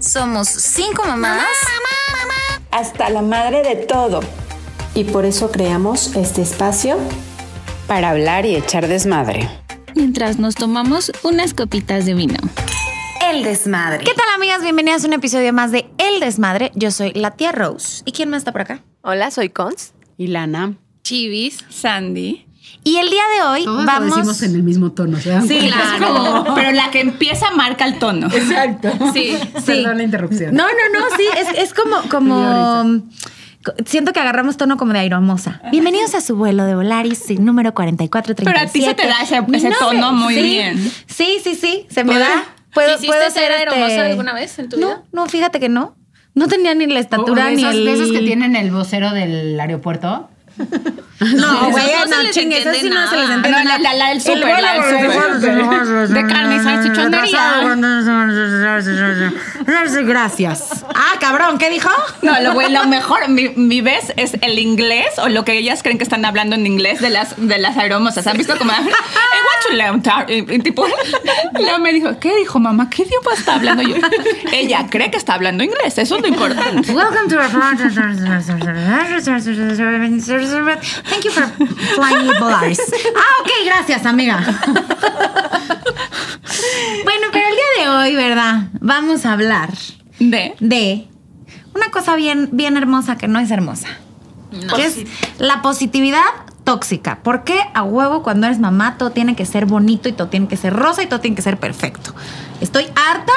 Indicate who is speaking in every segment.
Speaker 1: Somos cinco mamás.
Speaker 2: hasta la madre de todo.
Speaker 3: Y por eso creamos este espacio
Speaker 4: para hablar y echar desmadre.
Speaker 5: mientras nos tomamos unas copitas de vino.
Speaker 4: El desmadre.
Speaker 1: ¿Qué tal, amigas? Bienvenidas a un episodio más de El Desmadre. Yo soy la tía Rose. ¿Y quién más está por acá?
Speaker 6: Hola, soy Cons.
Speaker 4: Y Lana.
Speaker 5: Chivis, Sandy.
Speaker 1: Y el día de hoy
Speaker 7: Todos
Speaker 1: vamos.
Speaker 7: lo decimos en el mismo tono, ¿se dan cuenta?
Speaker 5: Claro. Pero la que empieza marca el tono.
Speaker 7: Exacto.
Speaker 5: Sí,
Speaker 7: Perdón la interrupción.
Speaker 1: No, no, no, sí, es, es como, como. co- Siento que agarramos tono como de aeromosa. Bienvenidos a su vuelo de Volaris, sí, número 4437.
Speaker 5: Pero a ti se te da ese- ese
Speaker 1: No,
Speaker 5: tono muy
Speaker 1: sí,
Speaker 5: bien.
Speaker 1: Sí, sí, sí, se me
Speaker 5: ¿Puedo?
Speaker 1: da. Puedo,
Speaker 5: ¿Quisiste
Speaker 1: puedo
Speaker 5: ser
Speaker 1: este-
Speaker 5: aeromoza alguna vez en tu
Speaker 1: no,
Speaker 5: vida?
Speaker 1: No, fíjate que no. No tenía ni la estatura
Speaker 7: O- o de
Speaker 1: ni
Speaker 7: esos,
Speaker 1: el...
Speaker 7: de esos que tienen el vocero del aeropuerto.
Speaker 1: No, güey,
Speaker 5: esos
Speaker 1: no,
Speaker 5: no se les
Speaker 1: chingue, esos sí
Speaker 5: entiende
Speaker 1: Ah, no se les
Speaker 5: nada.
Speaker 1: entiende
Speaker 5: No, la-
Speaker 1: nada.
Speaker 5: la- la del
Speaker 1: El
Speaker 5: súper, la del
Speaker 1: vuelo,
Speaker 5: súper. De carne y
Speaker 1: salchichonería. Gracias. Ah, cabrón, ¿qué dijo?
Speaker 5: No, lo, güey, lo mejor, mi, mi vez es el inglés o lo que ellas creen que están hablando en inglés de las, de las aeromosas. ¿Han visto como "I want to learn tar-" y- y tipo, Leo me dijo, ¿qué dijo mamá? ¿Qué idioma está hablando yo? Ella cree que está hablando inglés, eso es lo importante.
Speaker 1: Welcome to our Thank you for flying with Polaris.
Speaker 7: Ah, ok, gracias, amiga.
Speaker 1: Bueno, pero el día de hoy, ¿verdad? Vamos a hablar
Speaker 5: De.
Speaker 1: de una cosa bien, bien hermosa que no es hermosa. Que es la positividad tóxica. ¿Por qué a huevo cuando eres mamá todo tiene que ser bonito y todo tiene que ser rosa y todo tiene que ser perfecto? Estoy harta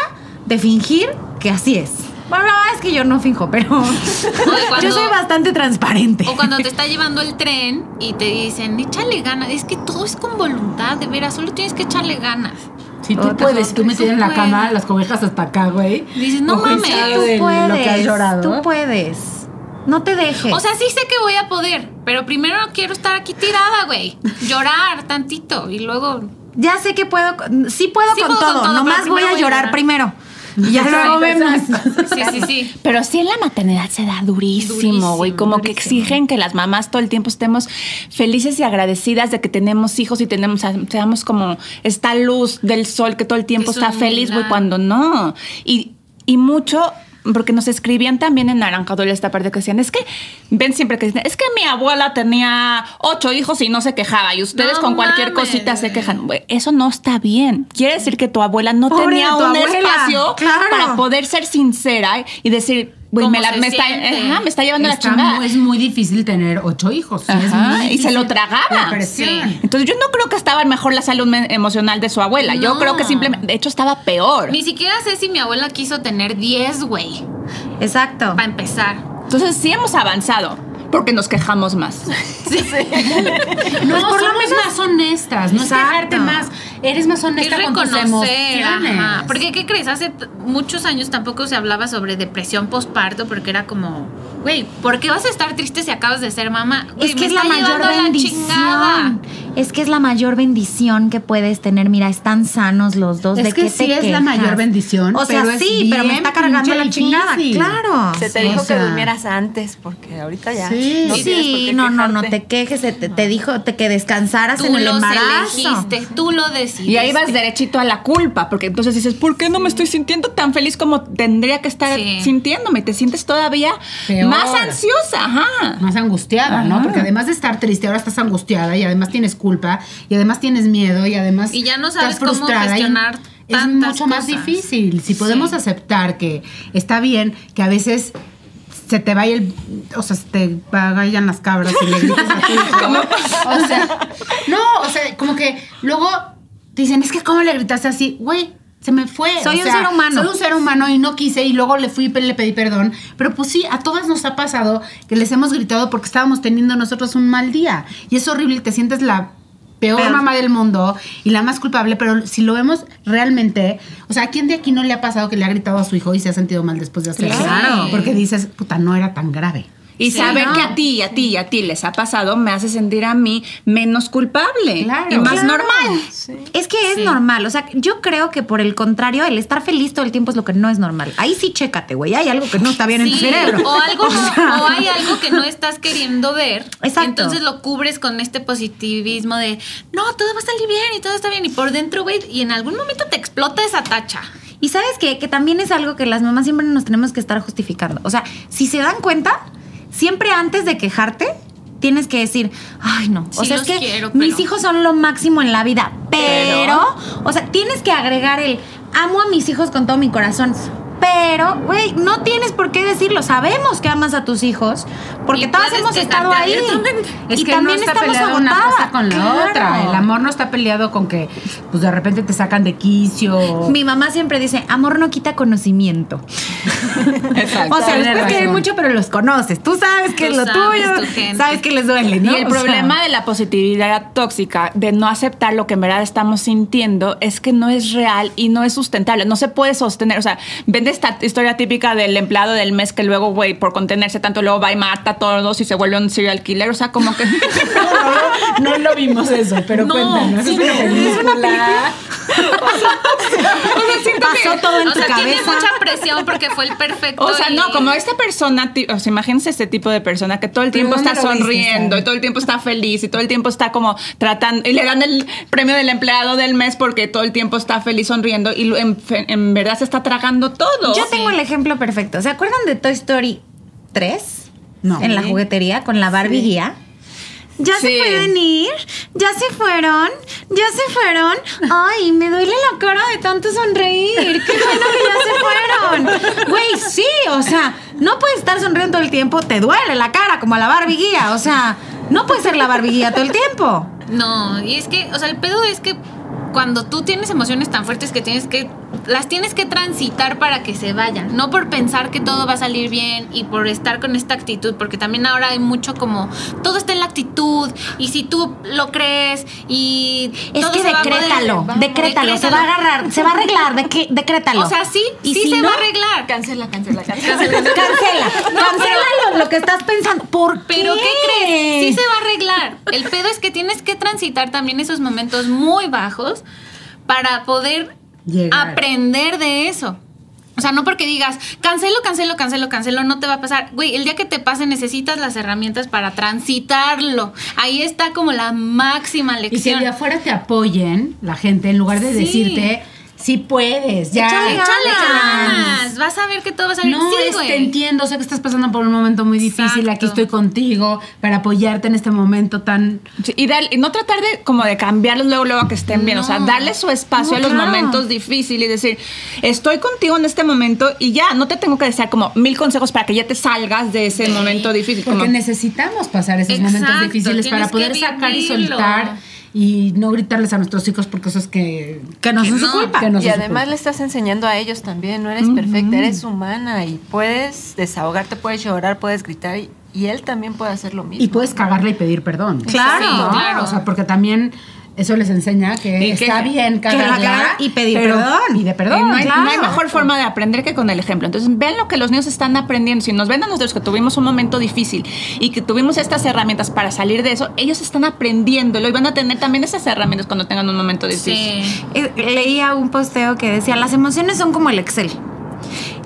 Speaker 1: de fingir que así es. Bueno, la verdad es que yo no finjo, pero yo soy bastante transparente.
Speaker 8: O cuando te está llevando el tren y te dicen, échale ganas. Es que todo es con voluntad, de veras. Solo tienes que echarle ganas.
Speaker 7: Si tú
Speaker 1: Otra
Speaker 7: puedes,
Speaker 8: cosa,
Speaker 7: tú metida en la
Speaker 8: sí,
Speaker 7: cama,
Speaker 8: güey.
Speaker 7: las cobejas hasta acá, güey.
Speaker 8: Dices, no
Speaker 7: Ojo, y
Speaker 8: mames,
Speaker 7: sabe
Speaker 8: tú
Speaker 7: de
Speaker 1: Tú
Speaker 7: Lo que has
Speaker 1: puedes,
Speaker 7: llorado.
Speaker 1: tú puedes. No te dejes.
Speaker 8: O sea, sí sé que voy a poder, pero primero quiero estar aquí tirada, güey. Llorar tantito y luego.
Speaker 1: ya sé que puedo, con- sí puedo,
Speaker 8: Sí
Speaker 1: con,
Speaker 8: puedo con
Speaker 1: todo,
Speaker 8: todo, pero
Speaker 1: nomás voy
Speaker 8: primero
Speaker 1: a
Speaker 8: voy a
Speaker 1: llorar
Speaker 8: llorar.
Speaker 1: primero. Y ya luego vemos.
Speaker 8: Sí, sí, sí.
Speaker 5: Pero sí en la maternidad se da durísimo,
Speaker 8: Durísimo,
Speaker 5: güey. Como que exigen que las mamás todo el tiempo estemos felices y agradecidas de que tenemos hijos y tenemos, ah, seamos como esta luz del sol que todo el tiempo
Speaker 8: es
Speaker 5: está
Speaker 8: un
Speaker 5: feliz, güey,
Speaker 8: milagro.
Speaker 5: cuando no. Y, y mucho. Porque nos escribían también en Naranja Dulce esta parte que decían, es que, ven siempre que dicen, es que mi abuela tenía ocho hijos y no se quejaba, y ustedes
Speaker 8: No
Speaker 5: con cualquier
Speaker 8: mames.
Speaker 5: cosita se quejan. Güey, eso no está bien. Quiere decir que tu abuela no
Speaker 1: Pobre de
Speaker 5: tenía
Speaker 1: tu
Speaker 5: un
Speaker 1: abuela,
Speaker 5: espacio
Speaker 1: claro.
Speaker 5: para poder ser sincera y decir, güey,
Speaker 8: ¿Cómo
Speaker 5: me, la-
Speaker 8: se
Speaker 5: me está,
Speaker 8: siente?
Speaker 5: ajá, me está llevando
Speaker 7: Está
Speaker 5: la chingada.
Speaker 7: mu- es muy difícil tener ocho hijos. sí, es
Speaker 5: Ajá,
Speaker 7: muy
Speaker 5: y se
Speaker 7: difícil.
Speaker 5: lo tragaba.
Speaker 7: La presión.
Speaker 8: Sí.
Speaker 5: Entonces yo no creo que estaba mejor la salud men- emocional de su abuela. Yo
Speaker 8: No.
Speaker 5: creo que simplemente, de hecho estaba peor.
Speaker 8: Ni siquiera sé si mi abuela quiso tener 10, güey.
Speaker 1: Exacto.
Speaker 8: Para empezar.
Speaker 5: Entonces sí hemos avanzado. Porque nos quejamos más.
Speaker 7: No,
Speaker 1: por lo
Speaker 7: somos más honestas, no es
Speaker 1: Exacto.
Speaker 7: quejarte más. Eres más
Speaker 8: Es
Speaker 7: honesta con tus
Speaker 8: reconocer,
Speaker 7: emociones.
Speaker 8: ajá. Porque, ¿qué crees? Hace t- muchos años tampoco se hablaba sobre depresión postparto porque era como, güey, ¿por qué vas a estar triste si acabas de ser mamá? Güey,
Speaker 1: Es
Speaker 8: me
Speaker 1: que es la
Speaker 8: está
Speaker 1: mayor
Speaker 8: llevando la chingada.
Speaker 1: bendición. es que es la mayor bendición que puedes tener. Mira, están sanos los dos.
Speaker 7: Es
Speaker 1: ¿De
Speaker 7: que
Speaker 1: qué
Speaker 7: sí
Speaker 1: te
Speaker 7: es la
Speaker 1: quejas?
Speaker 7: mayor bendición,
Speaker 1: O sea,
Speaker 7: pero es
Speaker 1: sí, pero me
Speaker 7: bien
Speaker 1: está cargando
Speaker 7: pinche
Speaker 1: la chingada.
Speaker 7: difícil.
Speaker 1: Claro.
Speaker 6: Se te
Speaker 7: Sí,
Speaker 6: dijo
Speaker 7: o sea.
Speaker 6: que durmieras antes, porque ahorita ya.
Speaker 7: Sí.
Speaker 6: no tienes por
Speaker 1: sí,
Speaker 6: qué
Speaker 1: no, no, no
Speaker 6: quejarte.
Speaker 1: te quejes. se Te, te dijo te- que descansaras
Speaker 8: Tú
Speaker 1: en el
Speaker 8: los
Speaker 1: embarazo.
Speaker 8: elegiste, tú lo decidiste.
Speaker 5: Y ahí vas derechito a la culpa, porque entonces dices, ¿por qué no me estoy sintiendo tan feliz como tendría que estar
Speaker 8: Sí.
Speaker 5: sintiéndome? Y Te sientes todavía
Speaker 7: Peor.
Speaker 5: más ansiosa, ajá.
Speaker 7: Más angustiada, ¿no?
Speaker 5: Ajá.
Speaker 7: Porque además de estar triste, ahora estás angustiada y además tienes culpa y además tienes miedo y además
Speaker 8: Y ya no
Speaker 7: estás
Speaker 8: sabes cómo
Speaker 7: frustrada y
Speaker 8: gestionar
Speaker 7: Es
Speaker 8: tantas
Speaker 7: mucho más
Speaker 8: cosas.
Speaker 7: difícil. Si podemos
Speaker 8: Sí.
Speaker 7: aceptar que está bien, que a veces se te vaya el... O sea, se te vayan las cabras y le gritas a tu hijo. O sea, no, o sea, como que luego te dicen, es que cómo le gritaste así, güey. Se me fue.
Speaker 1: Soy
Speaker 7: o
Speaker 1: un
Speaker 7: sea,
Speaker 1: ser humano.
Speaker 7: Soy un ser humano y no quise y luego le fui y pe- le pedí perdón. Pero pues sí, a todas nos ha pasado que les hemos gritado porque estábamos teniendo nosotros un mal día. Y es horrible y te sientes la peor
Speaker 1: Peor.
Speaker 7: mamá del mundo y la más culpable. Pero si lo vemos realmente, o sea, ¿a quién de aquí no le ha pasado que le ha gritado a su hijo y se ha sentido mal después de hacerlo?
Speaker 8: Claro.
Speaker 7: Porque dices, puta, no era tan grave.
Speaker 5: Y
Speaker 8: Sí,
Speaker 5: saber
Speaker 8: ¿no?
Speaker 5: que a ti, y a ti, y a ti les ha pasado me hace sentir a mí menos culpable
Speaker 7: Claro.
Speaker 5: y más
Speaker 7: Claro.
Speaker 5: normal.
Speaker 1: Es que es normal, o sea, yo creo que por el contrario, el estar feliz todo el tiempo es lo que no es normal. Ahí sí chécate, güey, hay algo que no está bien en tu
Speaker 8: Sí,
Speaker 1: cerebro.
Speaker 8: O, algo
Speaker 1: O
Speaker 8: no-
Speaker 1: sea,
Speaker 8: o hay algo que no estás queriendo ver.
Speaker 1: Exacto.
Speaker 8: Y entonces lo cubres con este positivismo de, no, todo va a salir bien y todo está bien. Y por dentro, güey, y en algún momento te explota esa tacha.
Speaker 1: Y sabes qué? que también es algo que las mamás siempre nos tenemos que estar justificando. O sea, si se dan cuenta, siempre antes de quejarte, tienes que decir, ay no, o
Speaker 8: Sí
Speaker 1: sea, es
Speaker 8: los
Speaker 1: que
Speaker 8: quiero, pero-
Speaker 1: mis hijos son lo máximo en la vida, pero, o sea, tienes que agregar el, amo a mis hijos con todo mi corazón. Pero, güey, no tienes por qué decirlo. Sabemos que amas a tus hijos porque
Speaker 8: Y
Speaker 1: todas
Speaker 8: puedes
Speaker 1: hemos estado
Speaker 8: quejarte
Speaker 1: ahí.
Speaker 8: abiertamente.
Speaker 7: Es
Speaker 1: y
Speaker 7: que
Speaker 1: también
Speaker 7: no está
Speaker 1: estamos
Speaker 7: peleado
Speaker 1: agotadas.
Speaker 7: una cosa con la
Speaker 1: Claro.
Speaker 7: otra. El amor no está peleado con que, pues de repente te sacan de quicio.
Speaker 1: Mi mamá siempre dice, amor no quita conocimiento.
Speaker 5: Exacto.
Speaker 1: O sea,
Speaker 7: Tienes
Speaker 1: les puedes querer
Speaker 7: razón.
Speaker 1: mucho, pero los conoces. Tú sabes que
Speaker 8: Tú
Speaker 1: es lo
Speaker 8: sabes
Speaker 1: tuyo.
Speaker 8: tu gente.
Speaker 1: Sabes que les duele,
Speaker 5: Y
Speaker 1: ¿no?
Speaker 5: el
Speaker 1: O sea,
Speaker 5: problema de la positividad tóxica, de no aceptar lo que en verdad estamos sintiendo, es que no es real y no es sustentable. No se puede sostener. O sea, vende esta historia típica del empleado del mes que luego, güey, por contenerse tanto, luego va y mata a todos y se vuelve un serial killer. O sea, como que.
Speaker 7: No lo vimos eso, pero
Speaker 8: No,
Speaker 7: cuéntanos.
Speaker 8: sí,
Speaker 7: es una película.
Speaker 1: pasó todo en
Speaker 8: o
Speaker 1: tu
Speaker 8: sea, tiene
Speaker 1: cabeza.
Speaker 8: mucha presión porque fue el perfecto.
Speaker 5: O sea,
Speaker 8: y-
Speaker 5: no, como esta persona, ti- o sea, imagínense este tipo de persona que todo el
Speaker 7: Pero
Speaker 5: tiempo
Speaker 7: ¿dónde
Speaker 5: está
Speaker 7: lo viste,
Speaker 5: sonriendo
Speaker 7: Sara?
Speaker 5: y todo el tiempo está feliz y todo el tiempo está como tratando y le dan el premio del empleado del mes porque todo el tiempo está feliz sonriendo y lo- en, fe- en verdad se está tragando todo.
Speaker 1: Yo tengo el ejemplo perfecto. ¿Se acuerdan de Toy Story 3? No. En la juguetería con la Barbie guía. Ya
Speaker 5: Sí.
Speaker 1: se pueden ir, ya se fueron, ya se fueron. Ay, me duele la cara de tanto sonreír. Qué bueno que ya se fueron. Güey, sí, o sea, no puedes estar sonriendo todo el tiempo. Te duele la cara como a la Barbie guía. O sea, no puedes ser la Barbie guía todo el tiempo.
Speaker 8: No, y es que, o sea, el pedo es que cuando tú tienes emociones tan fuertes que tienes que las tienes que transitar para que se vayan, no por pensar que todo va a salir bien y por estar con esta actitud, porque también ahora hay mucho como todo está en la actitud y si tú lo crees y
Speaker 1: Es
Speaker 8: todo
Speaker 1: que
Speaker 8: se va a poder-
Speaker 1: decrétalo, decrétalo, se va a agarrar, se va a arreglar, de- decrétalo.
Speaker 8: O sea, sí,
Speaker 1: Y
Speaker 8: sí
Speaker 1: si
Speaker 8: se
Speaker 1: no,
Speaker 8: va a arreglar.
Speaker 6: Cancela, cancela, cancela.
Speaker 1: Cancela, cancela lo, lo que estás pensando. ¿Por
Speaker 8: Pero
Speaker 1: qué?
Speaker 8: ¿qué crees? Sí se va a arreglar. El pedo es que tienes que transitar también esos momentos muy bajos para poder
Speaker 7: Llegar.
Speaker 8: aprender de eso. O sea, no porque digas, cancelo, cancelo, cancelo, cancelo, no te va a pasar. Güey, el día que te pase necesitas las herramientas para transitarlo. Ahí está como la máxima
Speaker 7: Y si
Speaker 8: lección.
Speaker 7: de afuera te apoyen la gente, en lugar de
Speaker 8: Sí.
Speaker 7: decirte, sí puedes, ya.
Speaker 1: Échale
Speaker 8: Échale
Speaker 7: ganas.
Speaker 8: ganas. Vas a ver que todo va a salir.
Speaker 7: No,
Speaker 8: Sí,
Speaker 7: es,
Speaker 8: güey.
Speaker 7: te entiendo, sé que estás pasando por un momento muy difícil,
Speaker 8: Exacto.
Speaker 7: aquí estoy contigo para apoyarte en este momento tan...
Speaker 5: Sí, Y, dar- y no tratar de como de cambiarlos luego, luego a que estén bien. O sea, darle su espacio
Speaker 1: No,
Speaker 5: a los
Speaker 1: claro.
Speaker 5: momentos difíciles y decir, estoy contigo en este momento y ya, no te tengo que desear como mil consejos para que ya te salgas de ese momento difícil.
Speaker 7: Porque
Speaker 5: como-
Speaker 7: necesitamos pasar esos
Speaker 8: Exacto,
Speaker 7: momentos difíciles para
Speaker 8: tienes
Speaker 7: poder
Speaker 8: que
Speaker 7: sacar y
Speaker 8: vivirlo.
Speaker 7: soltar y no gritarles a nuestros hijos por cosas que...
Speaker 1: Que no son su
Speaker 8: no.
Speaker 1: culpa.
Speaker 7: que no
Speaker 6: Y
Speaker 7: son su
Speaker 6: además
Speaker 7: culpa.
Speaker 6: le estás enseñando a ellos también, no eres perfecta, eres humana y puedes desahogarte, puedes llorar, puedes gritar y, y él también puede hacer lo mismo.
Speaker 7: Y puedes cagarla y pedir perdón.
Speaker 1: Claro,
Speaker 7: ¿no?
Speaker 8: claro.
Speaker 7: O sea, porque también eso les enseña que
Speaker 5: Y que-
Speaker 7: está bien
Speaker 1: la
Speaker 7: cagarla.
Speaker 1: caga y pedir
Speaker 7: pero
Speaker 1: perdón.
Speaker 7: Pide
Speaker 5: Y
Speaker 7: perdón,
Speaker 5: no, hay,
Speaker 7: claro.
Speaker 5: no hay mejor forma de aprender que con el ejemplo. Entonces, vean lo que los niños están aprendiendo. Si nos ven a nosotros que tuvimos un momento difícil y que tuvimos estas herramientas para salir de eso, ellos están aprendiéndolo y van a tener también esas herramientas cuando tengan un momento difícil.
Speaker 8: Sí.
Speaker 1: Eh, Leía un posteo que decía, las emociones son como el Excel.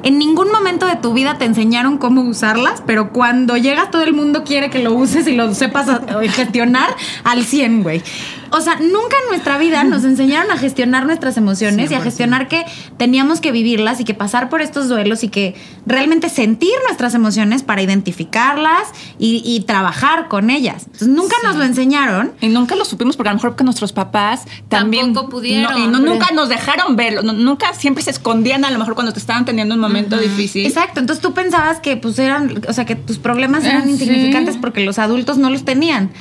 Speaker 1: En ningún momento de tu vida te enseñaron cómo usarlas, pero cuando llegas todo el mundo quiere que lo uses y lo sepas a- eh, gestionar al 100, güey. O sea, nunca en nuestra vida nos enseñaron a gestionar nuestras emociones y a gestionar que teníamos que vivirlas y que pasar por estos duelos y que realmente sentir nuestras emociones para identificarlas y, y trabajar con ellas. Entonces, nunca nos lo enseñaron.
Speaker 5: Y nunca lo supimos porque a lo mejor que nuestros papás también
Speaker 8: Tampoco pudieron.
Speaker 5: no- y no- nunca nos dejaron verlo, no- nunca siempre se escondían a lo mejor cuando te estaban teniendo un momento difícil.
Speaker 1: Exacto, entonces tú pensabas que pues eran, o sea, que tus problemas eran insignificantes porque los adultos no los tenían,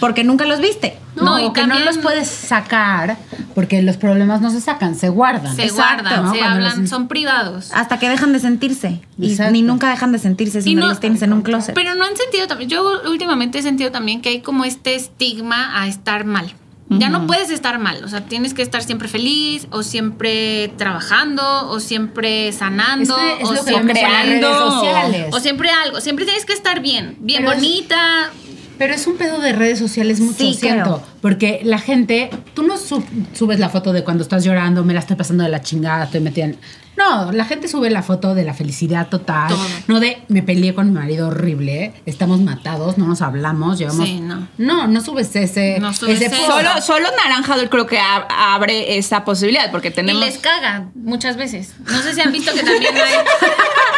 Speaker 1: porque nunca los viste.
Speaker 7: No,
Speaker 8: No, y
Speaker 7: o que no
Speaker 8: también-
Speaker 7: los puedes sacar porque los problemas no se sacan, se guardan.
Speaker 8: Se
Speaker 7: Exacto,
Speaker 8: guardan,
Speaker 7: ¿no?
Speaker 8: se
Speaker 7: Cuando los-
Speaker 8: hablan, son privados.
Speaker 1: Hasta que dejan de sentirse y
Speaker 7: Exacto.
Speaker 1: ni nunca dejan de sentirse si
Speaker 8: Y
Speaker 1: no,
Speaker 8: no-
Speaker 1: los tienes en un closet.
Speaker 8: Pero no han sentido también. Yo últimamente he sentido también que hay como este estigma a estar mal. Ya no puedes estar mal, o sea, tienes que estar siempre feliz o siempre trabajando o siempre sanando
Speaker 9: Es que es
Speaker 8: o
Speaker 9: lo que
Speaker 8: siempre
Speaker 9: vemos en las
Speaker 8: algo,
Speaker 9: redes sociales.
Speaker 8: o siempre algo, siempre tienes que estar bien, bien
Speaker 7: Pero es-
Speaker 8: bonita.
Speaker 7: Pero es un pedo de redes sociales mucho,
Speaker 1: Sí,
Speaker 7: siento. Porque la gente, tú no sub- subes la foto de cuando estás llorando, me la estoy pasando de la chingada, estoy metida en... No, la gente sube la foto de la felicidad total,
Speaker 8: Todo.
Speaker 7: no de me peleé con mi marido horrible, estamos matados, no nos hablamos, llevamos...
Speaker 8: Sí, no.
Speaker 7: No, no subes ese...
Speaker 8: No subes
Speaker 7: ese
Speaker 8: eso.
Speaker 7: post.
Speaker 8: Solo-
Speaker 5: Solo, solo Naranjador creo que ab- abre esa posibilidad porque tenemos.
Speaker 8: Y les caga muchas veces. No sé si han visto que también hay.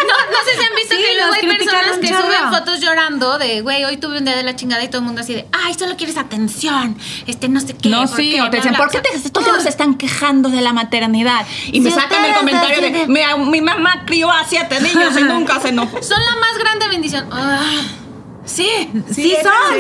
Speaker 8: No, no sé si han visto
Speaker 1: Sí,
Speaker 8: que luego
Speaker 1: nos
Speaker 8: hay personas
Speaker 1: criticaron
Speaker 8: que
Speaker 1: chorro.
Speaker 8: suben fotos llorando de, güey, hoy tuve un día de la chingada y todo el mundo así de, ay, solo quieres atención. Este, no sé qué.
Speaker 5: No,
Speaker 8: ¿por
Speaker 5: sí,
Speaker 8: qué?
Speaker 5: o te
Speaker 8: Bla,
Speaker 5: dicen,
Speaker 8: bla.
Speaker 5: ¿por qué
Speaker 8: O sea,
Speaker 5: te, todos nos están quejando de la maternidad? Y me
Speaker 1: Si
Speaker 5: sacan el
Speaker 1: ustedes
Speaker 5: comentario de,
Speaker 1: deciden-
Speaker 5: mi, mi mamá crió a siete niños y nunca se enojó.
Speaker 8: Son la más grande bendición. Ah, sí.
Speaker 1: Sí, son,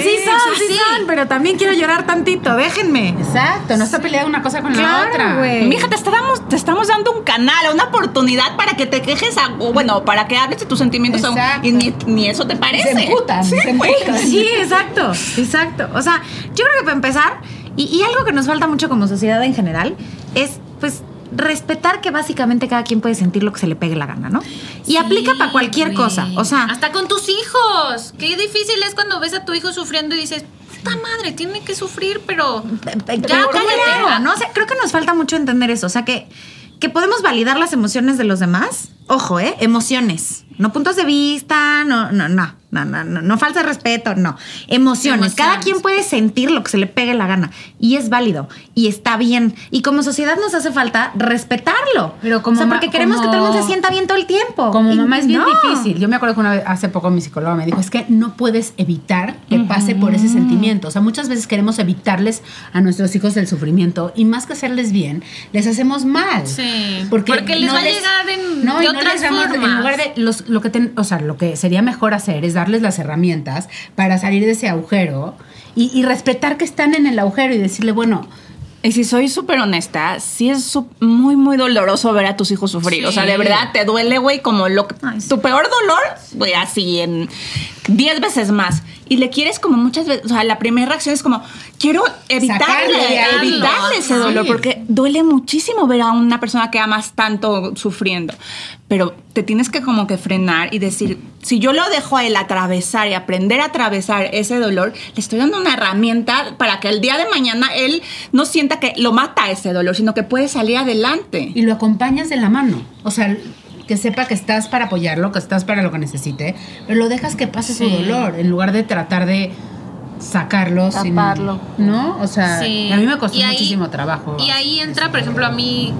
Speaker 1: sí, son, sí, son, pero también quiero llorar tantito, déjenme.
Speaker 7: Exacto, no está peleada una cosa con la otra.
Speaker 1: Claro, güey.
Speaker 5: Mija, te estamos, te estamos dando un canal, una oportunidad para que te quejes, a- o bueno, para que hables de tus sentimientos a un-
Speaker 7: Exacto.
Speaker 5: y ni, ni eso te parece.
Speaker 7: Se emputan,
Speaker 5: Sí,
Speaker 7: se
Speaker 5: güey.
Speaker 7: emputan.
Speaker 1: Sí, exacto, exacto. O sea, yo creo que para empezar, y, y algo que nos falta mucho como sociedad en general, es pues respetar que básicamente cada quien puede sentir lo que se le pegue la gana, ¿no? Y
Speaker 8: Sí,
Speaker 1: aplica para cualquier
Speaker 8: güey.
Speaker 1: cosa. O sea,
Speaker 8: Hasta con tus hijos. Qué difícil es cuando ves a tu hijo sufriendo y dices, puta madre, tiene que sufrir, pero.
Speaker 1: Pero
Speaker 8: Ya,
Speaker 1: ¿cómo le
Speaker 8: cállate.
Speaker 1: hago? No sé, creo que nos falta mucho entender eso. O sea, que, que podemos validar las emociones de los demás. Ojo, ¿eh? Emociones. No puntos de vista, no, no, no, no, no, no, no falta de respeto, no. Emociones.
Speaker 8: Emociones.
Speaker 1: Cada quien puede sentir lo que se le pegue la gana. Y es válido. Y está bien. Y como sociedad nos hace falta respetarlo.
Speaker 7: Pero como
Speaker 1: o sea,
Speaker 7: ma-
Speaker 1: porque queremos que
Speaker 7: como-
Speaker 1: todo el mundo se sienta bien todo el tiempo.
Speaker 7: Como
Speaker 1: Y
Speaker 7: mamá es bien
Speaker 1: no.
Speaker 7: difícil. Yo me acuerdo que una vez, hace poco mi psicóloga me dijo, es que no puedes evitar que pase por ese sentimiento. O sea, muchas veces queremos evitarles a nuestros hijos el sufrimiento y más que hacerles bien, les hacemos mal.
Speaker 8: Sí, porque les va a llegar en- de
Speaker 7: y
Speaker 8: otras
Speaker 7: les damos- En
Speaker 8: formas.
Speaker 7: lugar de los- lo que ten- o sea, lo que sería mejor hacer es darles las herramientas para salir de ese agujero y, y respetar que están en el agujero y decirle, bueno,
Speaker 5: Y si soy súper honesta, sí es su- muy, muy doloroso ver a tus hijos sufrir.
Speaker 8: Sí.
Speaker 5: O sea, de verdad te duele, güey, como lo
Speaker 1: Ay, sí.
Speaker 5: tu peor dolor, güey, así en 10 veces más. Y le quieres como muchas veces, o sea, la primera reacción es como, quiero evitarle,
Speaker 7: Sacarle algo.
Speaker 5: evitarle ese
Speaker 7: Sí.
Speaker 5: dolor, porque duele muchísimo ver a una persona que amas tanto sufriendo. Pero te tienes que como que frenar y decir, si yo lo dejo a él atravesar y aprender a atravesar ese dolor, le estoy dando una herramienta para que el día de mañana él no sienta que lo mata ese dolor, sino que puede salir adelante.
Speaker 7: y lo acompañas de la mano. O sea, que sepa que estás para apoyarlo, que estás para lo que necesite, pero lo dejas que pase su dolor en lugar de tratar de sacarlo. sin-
Speaker 6: Taparlo.
Speaker 7: ¿No? O sea,
Speaker 8: Sí.
Speaker 7: a mí me costó
Speaker 8: Y ahí-
Speaker 7: muchísimo trabajo.
Speaker 8: Y ahí entra, por ejemplo, a mí,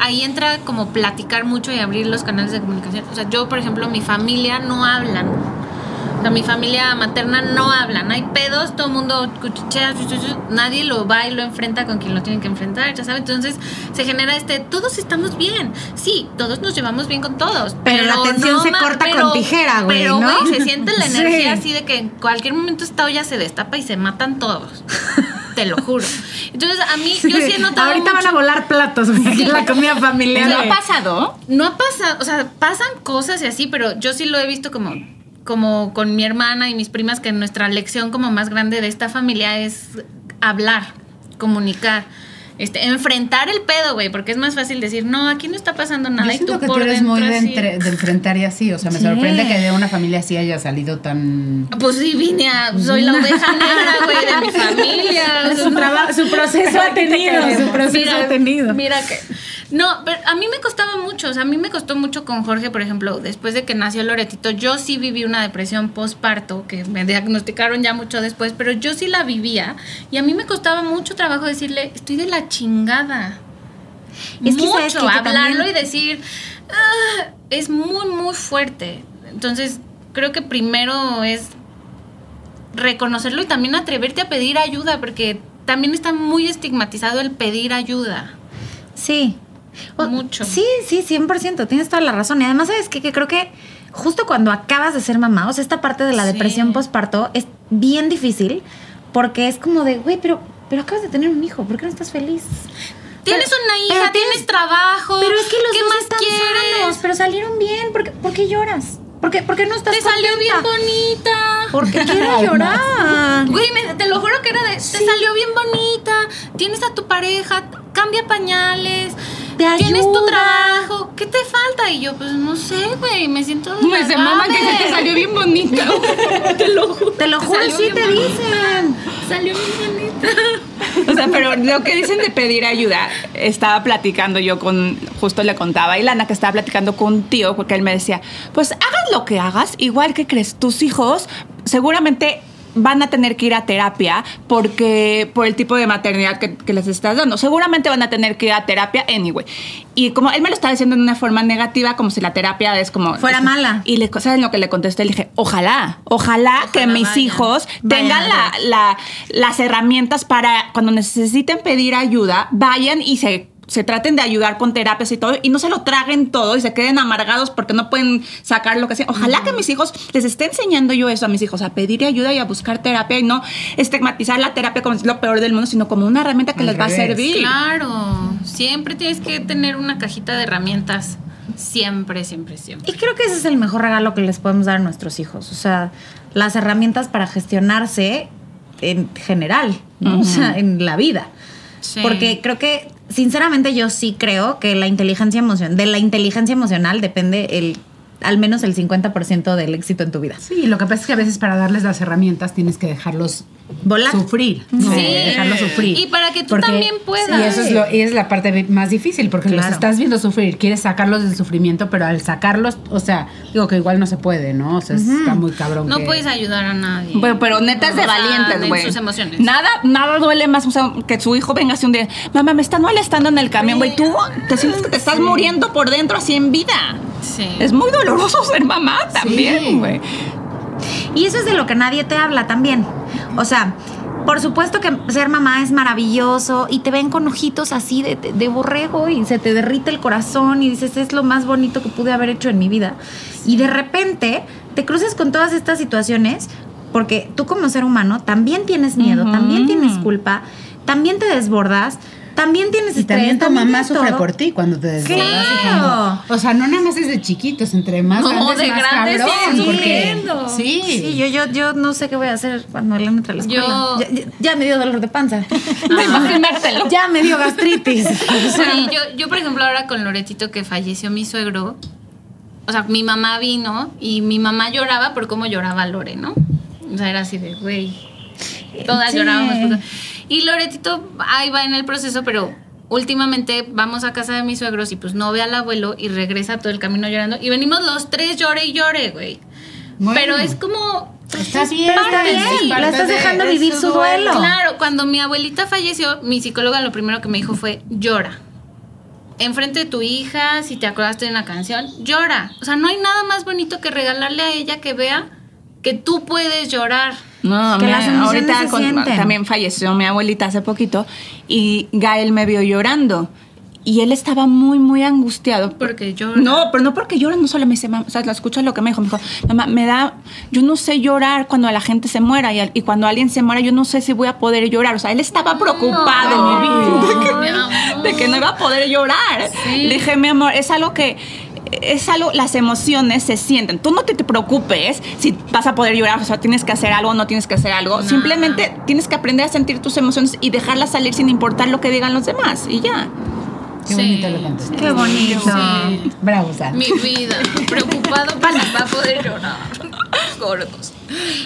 Speaker 8: ahí entra como platicar mucho y abrir los canales de comunicación. O sea, yo, por ejemplo, mi familia no hablan. O sea, mi familia materna no hablan. Hay pedos, todo el mundo cuchichea, chu, chu, chu. nadie lo va y lo enfrenta con quien lo tienen que enfrentar, ya sabes. Entonces se genera este, todos estamos bien. Sí, todos nos llevamos bien con todos.
Speaker 1: Pero la tensión se
Speaker 8: ma-
Speaker 1: corta con tijera, güey,
Speaker 8: Pero,
Speaker 1: ¿no?
Speaker 8: güey, se siente la
Speaker 1: Sí.
Speaker 8: energía así de que en cualquier momento esta olla se destapa y se matan todos. Te lo juro. Entonces, a mí, yo sí he notado.
Speaker 1: Ahorita van a
Speaker 8: mucho-
Speaker 1: volar platos, güey, aquí en la comida familiar.
Speaker 8: Pero
Speaker 1: güey.
Speaker 5: pasado?
Speaker 8: No ha pasado, o sea, pasan cosas y así, pero yo sí lo he visto como como con mi hermana y mis primas que nuestra lección como más grande de esta familia es hablar, comunicar, este enfrentar el pedo, güey, porque es más fácil decir, "No, aquí no está pasando nada."
Speaker 7: Yo
Speaker 8: y
Speaker 7: siento
Speaker 8: tú
Speaker 7: que
Speaker 8: por
Speaker 7: tú eres
Speaker 8: dentro
Speaker 7: muy de,
Speaker 8: así.
Speaker 7: entre- de enfrentar y así. O sea, me
Speaker 1: Sí.
Speaker 7: sorprende que de una familia así haya salido tan.
Speaker 8: Pues sí, vine a. Soy la oveja negra, güey, de mi familia. O sea,
Speaker 1: Su, traba- su proceso ha tenido, su proceso ha tenido.
Speaker 8: Mira que. No, pero a mí me costaba mucho. O sea, a mí me costó mucho con Jorge, por ejemplo, después de que nació Loretito. Yo sí viví una depresión postparto, que me diagnosticaron ya mucho después, pero yo sí la vivía. Y a mí me costaba mucho trabajo decirle, estoy de la chingada.
Speaker 1: Es que,
Speaker 8: mucho
Speaker 1: ¿sabes qué? Que
Speaker 8: hablarlo
Speaker 1: también-
Speaker 8: y decir "Ah", es muy muy fuerte entonces creo que primero es reconocerlo y también atreverte a pedir ayuda porque también está muy estigmatizado el pedir ayuda
Speaker 1: Sí. O-
Speaker 8: Mucho.
Speaker 1: Sí, sí, 100%. Tienes toda la razón. Y además, ¿sabes qué? Que creo que justo cuando acabas de ser mamá, o sea, esta parte de la
Speaker 8: Sí.
Speaker 1: depresión postparto es bien difícil porque es como de, güey, pero, pero acabas de tener un hijo, ¿por qué no estás feliz?
Speaker 8: tienes
Speaker 1: Pero-
Speaker 8: una
Speaker 1: pero
Speaker 8: hija tienes, trabajo
Speaker 1: Pero es que los
Speaker 8: qué
Speaker 1: dos
Speaker 8: más
Speaker 1: están
Speaker 8: quieres
Speaker 1: sanos, pero salieron bien. ¿Por qué, por qué qué lloras? ¿Por qué, por qué no estás
Speaker 8: Te salió bien
Speaker 1: contenta?
Speaker 8: bonita.
Speaker 1: ¿Por qué quieres llorar?
Speaker 8: Güey, me- te lo juro que era de. Te salió bien bonita. Tienes a tu pareja. Cambia pañales.
Speaker 1: Te
Speaker 8: Tienes tu
Speaker 1: ayuda.
Speaker 8: trabajo. ¿Qué te falta? Y yo, pues no sé, güey. Me siento.
Speaker 5: Me dice, mamá, que se te
Speaker 8: desagradable".
Speaker 5: salió bien bonita. te lo juro.
Speaker 1: Te lo juro,
Speaker 8: Salió
Speaker 1: sí
Speaker 8: bien
Speaker 1: te
Speaker 8: bonita.
Speaker 1: dicen.
Speaker 8: Salió bien bonita.
Speaker 5: O sea, pero lo que dicen de pedir ayuda, estaba platicando yo con, justo le contaba a Ilana que estaba platicando con un tío, porque él me decía, pues hagas lo que hagas, igual que crees, tus hijos seguramente van a tener que ir a terapia porque por el tipo de maternidad que, que les estás dando. Seguramente van a tener que ir a terapia anyway. Y como él me lo estaba diciendo en una forma negativa, como si la terapia es como...
Speaker 1: Fuera mala.
Speaker 5: Y le, ¿saben lo que le contesté? Le dije, ojalá, ojalá, que mis
Speaker 8: vayan.
Speaker 5: hijos
Speaker 1: Vayan
Speaker 5: tengan
Speaker 1: a
Speaker 5: la, la- las herramientas para cuando necesiten pedir ayuda, vayan y se, se traten de ayudar con terapias y todo, y no se lo traguen todo y se queden amargados porque no pueden sacar lo que sea. Ojalá que mis hijos les esté enseñando yo eso a mis hijos, a pedir ayuda y a buscar terapia y no estigmatizar la terapia como si es lo peor del mundo, sino como una herramienta que
Speaker 7: Al
Speaker 5: les va a
Speaker 7: revés.
Speaker 5: servir.
Speaker 8: Claro, siempre tienes que tener una cajita de herramientas. Siempre, siempre, siempre.
Speaker 1: Y creo que ese es el mejor regalo que les podemos dar a nuestros hijos. O sea, las herramientas para gestionarse en general, ¿no? o sea, en la vida.
Speaker 8: Sí.
Speaker 1: Porque creo que, sinceramente, yo sí creo que la inteligencia emocional, de la inteligencia emocional depende el al menos el 50% del éxito en tu vida.
Speaker 7: Sí, lo que pasa es que a veces para darles las herramientas tienes que dejarlos
Speaker 1: Volar.
Speaker 7: sufrir. ¿no?
Speaker 8: Sí.
Speaker 7: Dejarlos sufrir.
Speaker 8: Y para que tú también puedas.
Speaker 7: Y eso es, lo, y es la parte de- más difícil, porque los
Speaker 1: Claro.
Speaker 7: estás viendo sufrir, quieres sacarlos del sufrimiento, pero al sacarlos, o sea, digo que igual no se puede, ¿no? O sea, está muy cabrón.
Speaker 8: No
Speaker 7: que-
Speaker 8: puedes ayudar a nadie.
Speaker 5: Pero, pero neta es de
Speaker 8: O sea,
Speaker 5: valientes,
Speaker 8: en
Speaker 5: güey.
Speaker 8: sus emociones.
Speaker 5: Nada, nada duele más o sea, que su hijo venga así un día. Mamá, me están molestando en el camión, güey. Tú te sientes que te estás muriendo por dentro así en vida.
Speaker 8: Sí.
Speaker 5: Es muy doloroso ser mamá también, güey.
Speaker 1: Y eso es de lo que nadie te habla también. O sea, por supuesto que ser mamá es maravilloso y te ven con ojitos así de, de borrego y se te derrite el corazón y dices, es lo más bonito que pude haber hecho en mi vida. Y de repente te cruces con todas estas situaciones porque tú como ser humano también tienes miedo, también tienes culpa, también te desbordas, también tienes
Speaker 7: Y
Speaker 1: estrés,
Speaker 7: también tu mamá
Speaker 1: tienes
Speaker 7: sufre
Speaker 1: todo.
Speaker 7: por ti cuando te desbordas. y
Speaker 1: Claro.
Speaker 7: cuando- o sea, no nada más es de chiquitos, entre más
Speaker 8: No,
Speaker 7: grandes,
Speaker 8: de
Speaker 7: más
Speaker 8: grandes
Speaker 7: cabrón,
Speaker 8: siguen
Speaker 7: porque-
Speaker 8: sufriendo.
Speaker 7: Sí.
Speaker 1: Sí, yo, yo, yo no sé qué voy a hacer cuando Elena entre a la escuela.
Speaker 8: Yo-
Speaker 1: Ya, ya- ya me dio dolor de panza.
Speaker 5: No imaginártelo.
Speaker 1: ya me dio gastritis. O sea,
Speaker 8: Oye, yo, yo, por ejemplo, ahora con Loretito que falleció mi suegro, o sea, mi mamá vino y mi mamá lloraba por cómo lloraba Lore, ¿no? O sea, era así de, güey. Todas
Speaker 1: Sí.
Speaker 8: llorábamos. por- Y Loretito ahí va en el proceso, pero últimamente vamos a casa de mis suegros y pues no ve al abuelo y regresa todo el camino llorando. Y venimos los tres llore y llore, güey.
Speaker 7: Bueno.
Speaker 8: Pero es como. pues,
Speaker 7: Estás bien,
Speaker 8: Parte
Speaker 1: está
Speaker 7: estás
Speaker 8: de-
Speaker 1: bien,
Speaker 7: sí,
Speaker 1: la
Speaker 7: parte
Speaker 1: estás
Speaker 7: de-
Speaker 1: dejando
Speaker 7: de
Speaker 1: vivir
Speaker 7: su
Speaker 1: su duelo.
Speaker 8: Claro, cuando mi abuelita falleció, mi psicóloga lo primero que me dijo fue, llora. Enfrente de tu hija, si te acordaste de una canción, llora. O sea, no hay nada más bonito que regalarle a ella que vea que tú puedes llorar.
Speaker 5: No,
Speaker 1: Que
Speaker 5: mira,
Speaker 1: las emociones
Speaker 5: ahorita
Speaker 1: se
Speaker 5: con-
Speaker 1: sienten.
Speaker 5: también falleció mi abuelita hace poquito y Gael me vio llorando. Y él estaba muy, muy angustiado.
Speaker 8: Porque llora.
Speaker 5: No, pero no porque llora, no solo me dice, mamá, o sea, lo escucho lo que me dijo. Me dijo, mamá, me da, yo no sé llorar cuando la gente se muera y, al- y cuando alguien se muera, yo no sé si voy a poder llorar. O sea, él estaba preocupado
Speaker 8: mi
Speaker 5: de,
Speaker 8: amor.
Speaker 5: que, de que no iba a poder llorar.
Speaker 8: Sí.
Speaker 5: Le dije, mi amor, es algo que. Es algo, las emociones se sienten. Tú no te, te preocupes si vas a poder llorar, o sea, tienes que hacer algo o no tienes que hacer algo. Simplemente tienes que aprender a sentir tus emociones y dejarlas salir sin importar lo que digan los demás. Y ya.
Speaker 7: Qué bonito lo contaste.
Speaker 1: Qué bonito.
Speaker 8: Sí.
Speaker 7: Bravo, Sara.
Speaker 8: Mi vida, preocupado para va a poder llorar. Gordos.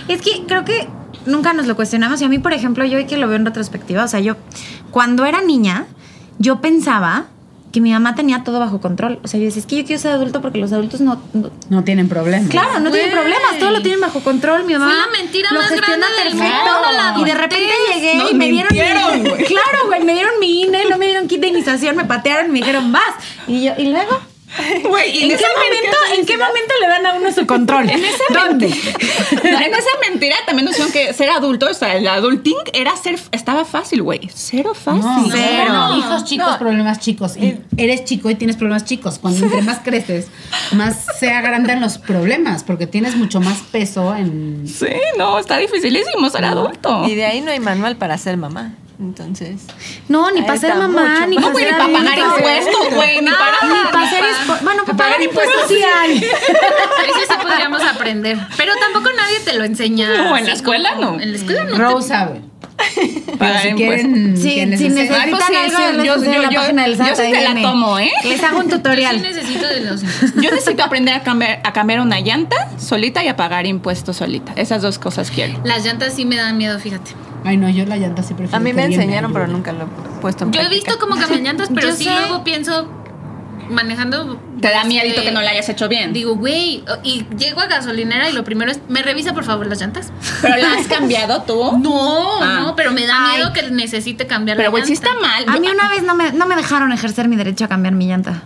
Speaker 1: Es que creo que nunca nos lo cuestionamos. Y a mí, por ejemplo, yo hoy que lo veo en retrospectiva, o sea, yo cuando era niña, yo pensaba que mi mamá tenía todo bajo control. O sea, yo decía, es que yo quiero ser adulto porque los adultos no... no-
Speaker 7: No tienen problema.
Speaker 1: claro, no tienen
Speaker 8: Güey.
Speaker 1: problemas, todo lo tienen bajo control. Mi mamá
Speaker 8: Fue la mentira
Speaker 1: lo
Speaker 8: más
Speaker 1: gestiona
Speaker 8: grande del
Speaker 1: perfecto.
Speaker 8: mundo,
Speaker 1: Y
Speaker 8: la
Speaker 1: de
Speaker 8: adultez.
Speaker 1: repente llegué
Speaker 5: Nos
Speaker 1: y me dieron... mi-
Speaker 5: mintieron, güey.
Speaker 1: claro, güey, me dieron mi INE, no me dieron kit de iniciación, me patearon y me dijeron, vas. Y yo, ¿y luego?
Speaker 5: Güey, y
Speaker 1: ¿En,
Speaker 5: de
Speaker 1: qué
Speaker 5: esa
Speaker 1: momento,
Speaker 5: mentira-
Speaker 1: ¿En qué momento le dan a uno su control? ¿Dónde?
Speaker 5: en esa mentira también nos dijeron que ser adulto, o sea, el adulting era ser, estaba fácil, güey. Cero fácil.
Speaker 7: No,
Speaker 1: Cero.
Speaker 7: no, hijos chicos, problemas chicos. Y eres chico y tienes problemas chicos. Cuando entre más creces, más se agrandan los problemas, porque tienes mucho más peso en.
Speaker 5: Sí, no, está dificilísimo ser adulto.
Speaker 6: Y de ahí no hay manual para ser mamá. Entonces.
Speaker 1: No, ni
Speaker 6: Ahí
Speaker 1: para ser
Speaker 6: está,
Speaker 1: mamá,
Speaker 6: mucho.
Speaker 1: ni
Speaker 5: No,
Speaker 1: para
Speaker 5: güey,
Speaker 1: ser
Speaker 5: ni para pagar
Speaker 1: adulto.
Speaker 5: impuestos, güey, ni para
Speaker 1: Ni para ser espo- Bueno, para pagar
Speaker 7: ni puestos sí hay.
Speaker 8: Eso sí podríamos aprender. Pero tampoco nadie te lo enseña.
Speaker 5: No, en la
Speaker 8: así
Speaker 5: escuela
Speaker 8: como-
Speaker 5: no.
Speaker 8: En la escuela no.
Speaker 7: Rose sabe. Pero si
Speaker 5: Ay,
Speaker 7: quieren,
Speaker 1: Sí,
Speaker 7: quienes
Speaker 1: si
Speaker 7: deseen-
Speaker 1: necesitan
Speaker 5: Ay, pues sí,
Speaker 1: algo,
Speaker 5: sí,
Speaker 1: les
Speaker 5: yo-
Speaker 1: puse
Speaker 5: yo-
Speaker 1: la
Speaker 5: yo-
Speaker 1: página del
Speaker 5: yo
Speaker 1: SAT
Speaker 5: sí
Speaker 1: ahí
Speaker 5: te la
Speaker 1: viene.
Speaker 5: tomo, ¿eh?
Speaker 1: Les hago un
Speaker 8: Yo sí
Speaker 1: tutorial.
Speaker 8: necesito de los.
Speaker 5: Yo necesito aprender a cambiar, a cambiar una llanta solita y a pagar impuestos solita. Esas dos cosas quiero.
Speaker 8: Las llantas sí me dan miedo, fíjate.
Speaker 7: Ay, no, yo la llanta sí prefiero.
Speaker 6: A mí
Speaker 7: que
Speaker 6: me
Speaker 7: alguien
Speaker 6: enseñaron, pero
Speaker 7: ayude.
Speaker 6: nunca lo he puesto en
Speaker 8: Yo he visto
Speaker 6: práctica.
Speaker 8: cómo cambian llantas, pero
Speaker 1: Yo
Speaker 8: sí
Speaker 1: sé.
Speaker 8: luego pienso manejando.
Speaker 5: Te da
Speaker 8: este,
Speaker 5: miedito que no la hayas hecho bien.
Speaker 8: Digo, güey, y llego a gasolinera y lo primero es, ¿me revisa por favor las llantas?
Speaker 5: Pero la has cambiado tú.
Speaker 8: No,
Speaker 5: Ah.
Speaker 8: no, pero me da
Speaker 1: Ay.
Speaker 8: miedo que necesite cambiar
Speaker 5: Pero
Speaker 8: la
Speaker 5: güey,
Speaker 8: llanta.
Speaker 5: sí está mal.
Speaker 1: A
Speaker 5: Yo-
Speaker 1: mí una vez no me, no me dejaron ejercer mi derecho a cambiar mi llanta.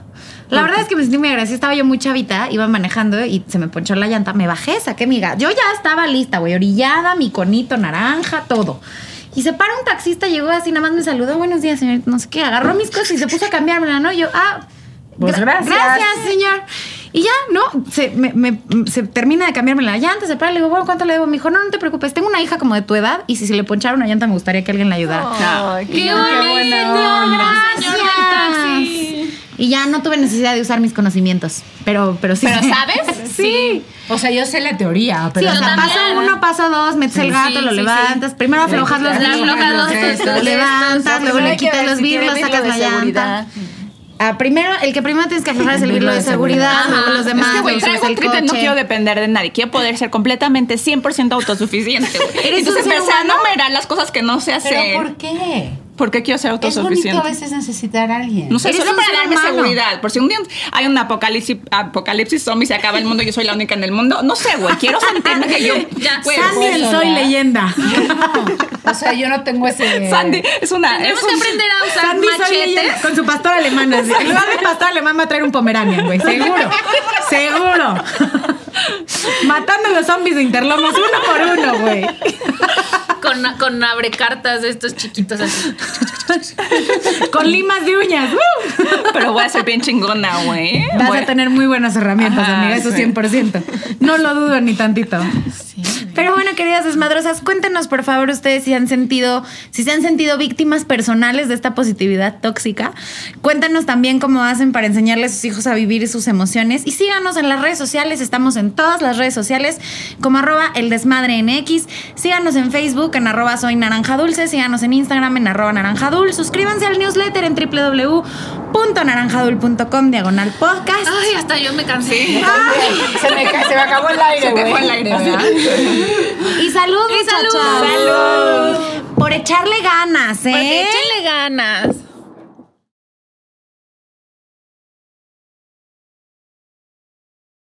Speaker 1: La verdad es que me sentí muy agradecida. Estaba yo muy chavita, iba manejando y se me ponchó la llanta. Me bajé, saqué mi gas. Yo ya estaba lista, güey. Orillada, mi conito, naranja, todo. Y se para un taxista, llegó así, nada más me saludó. Buenos días, señor. No sé qué. Agarró mis cosas y se puso a cambiármela, ¿no? Yo, ah.
Speaker 7: Pues
Speaker 1: gra-
Speaker 7: gracias.
Speaker 1: Gracias, señor. Y ya, ¿no? Se, me- me- se termina de cambiarme la llanta, se para, le digo, bueno, ¿cuánto le debo? Me dijo, no, no te preocupes, tengo una hija como de tu edad y si se le ponchara una llanta me gustaría que alguien la ayudara.
Speaker 6: Ay,
Speaker 8: ¡Qué
Speaker 6: no,
Speaker 8: bonito!
Speaker 1: Gracias.
Speaker 8: Señor del taxi.
Speaker 1: Y ya no tuve necesidad de usar mis conocimientos, pero, pero sí.
Speaker 5: Pero ¿sabes?
Speaker 1: Sí.
Speaker 7: O sea, yo sé la teoría, pero.
Speaker 1: sí, o
Speaker 8: yo
Speaker 1: sea,
Speaker 8: también.
Speaker 1: paso uno, paso dos, metes el gato,
Speaker 8: Sí,
Speaker 1: lo
Speaker 8: sí,
Speaker 1: levantas. Primero aflojas los
Speaker 8: Le aflojas los
Speaker 1: lo
Speaker 8: dedos.
Speaker 1: levantas, luego
Speaker 6: Pero
Speaker 1: le
Speaker 6: hay que
Speaker 1: quitas
Speaker 6: ver
Speaker 1: los
Speaker 6: si tiene
Speaker 1: birlos,
Speaker 6: birlo
Speaker 1: sacas
Speaker 6: de
Speaker 1: la llanta.
Speaker 6: seguridad.
Speaker 1: Ah, primero, el que primero tienes que aflojar es el birlo de seguridad, luego los demás,
Speaker 5: es que, güey,
Speaker 1: luego subes
Speaker 5: traigo un
Speaker 1: el
Speaker 5: trito, no
Speaker 1: coche.
Speaker 5: quiero depender de nadie. Quiero poder ser completamente 100% autosuficiente. güey.
Speaker 1: Eres
Speaker 5: Entonces
Speaker 1: un ser
Speaker 5: empecé a
Speaker 1: humano.
Speaker 5: numerar las cosas que no sé hacer.
Speaker 7: ¿Pero
Speaker 5: ¿Por
Speaker 7: por qué?
Speaker 5: qué quiero ser
Speaker 7: Es bonito a
Speaker 5: autosuficiente?
Speaker 7: veces necesitar a alguien.
Speaker 5: No sé,
Speaker 1: Eres
Speaker 5: solo
Speaker 1: un
Speaker 5: para
Speaker 1: ser
Speaker 5: darme
Speaker 1: humano.
Speaker 5: seguridad. Por si un día hay un apocalipsis, apocalipsis zombie, se acaba el mundo y yo soy la única en el mundo. No sé, güey. Quiero sentirme que yo.
Speaker 8: Ya,
Speaker 5: güey,
Speaker 1: Sandy, el soy leyenda.
Speaker 7: No, o sea, yo no tengo ese.
Speaker 5: Sandy, es una. Es
Speaker 8: Tenemos que
Speaker 5: un-
Speaker 8: aprender a usar
Speaker 1: Sandy soy
Speaker 8: machetes.
Speaker 1: leyenda. Con su pastor alemán, así. En lugar de pastor alemán va a traer un pomeranian, güey. Seguro. Seguro. Matando los zombies de Interlomas uno por uno, güey.
Speaker 8: Con, con abrecartas de estos chiquitos así.
Speaker 1: Con limas de uñas. ¡uh!
Speaker 5: Pero voy a ser bien chingona, güey.
Speaker 1: Vas
Speaker 5: Voy-
Speaker 1: a tener muy buenas herramientas,
Speaker 5: Ajá,
Speaker 1: amiga, eso
Speaker 5: sí.
Speaker 1: 100%. No lo dudo ni tantito. Pero bueno, queridas desmadrosas, cuéntenos por favor ustedes si han sentido, si se han sentido víctimas personales de esta positividad tóxica. Cuéntanos también cómo hacen para enseñarle a sus hijos a vivir sus emociones. Y síganos en las redes sociales, estamos en todas las redes sociales, como arroba el desmadre en X. Síganos en Facebook en arroba soy naranja dulce, síganos en Instagram en arroba naranja dulce. Suscríbanse al newsletter en www.naranjadul.com diagonal podcast.
Speaker 8: Ay, hasta yo me cansé.
Speaker 7: Se me, ca- se me acabó el aire, güey.
Speaker 5: Fue al aire, ¿verdad?
Speaker 1: Y salud,
Speaker 8: Y salud.
Speaker 1: muchachas. Por echarle ganas, ¿eh?
Speaker 8: Porque échenle ganas.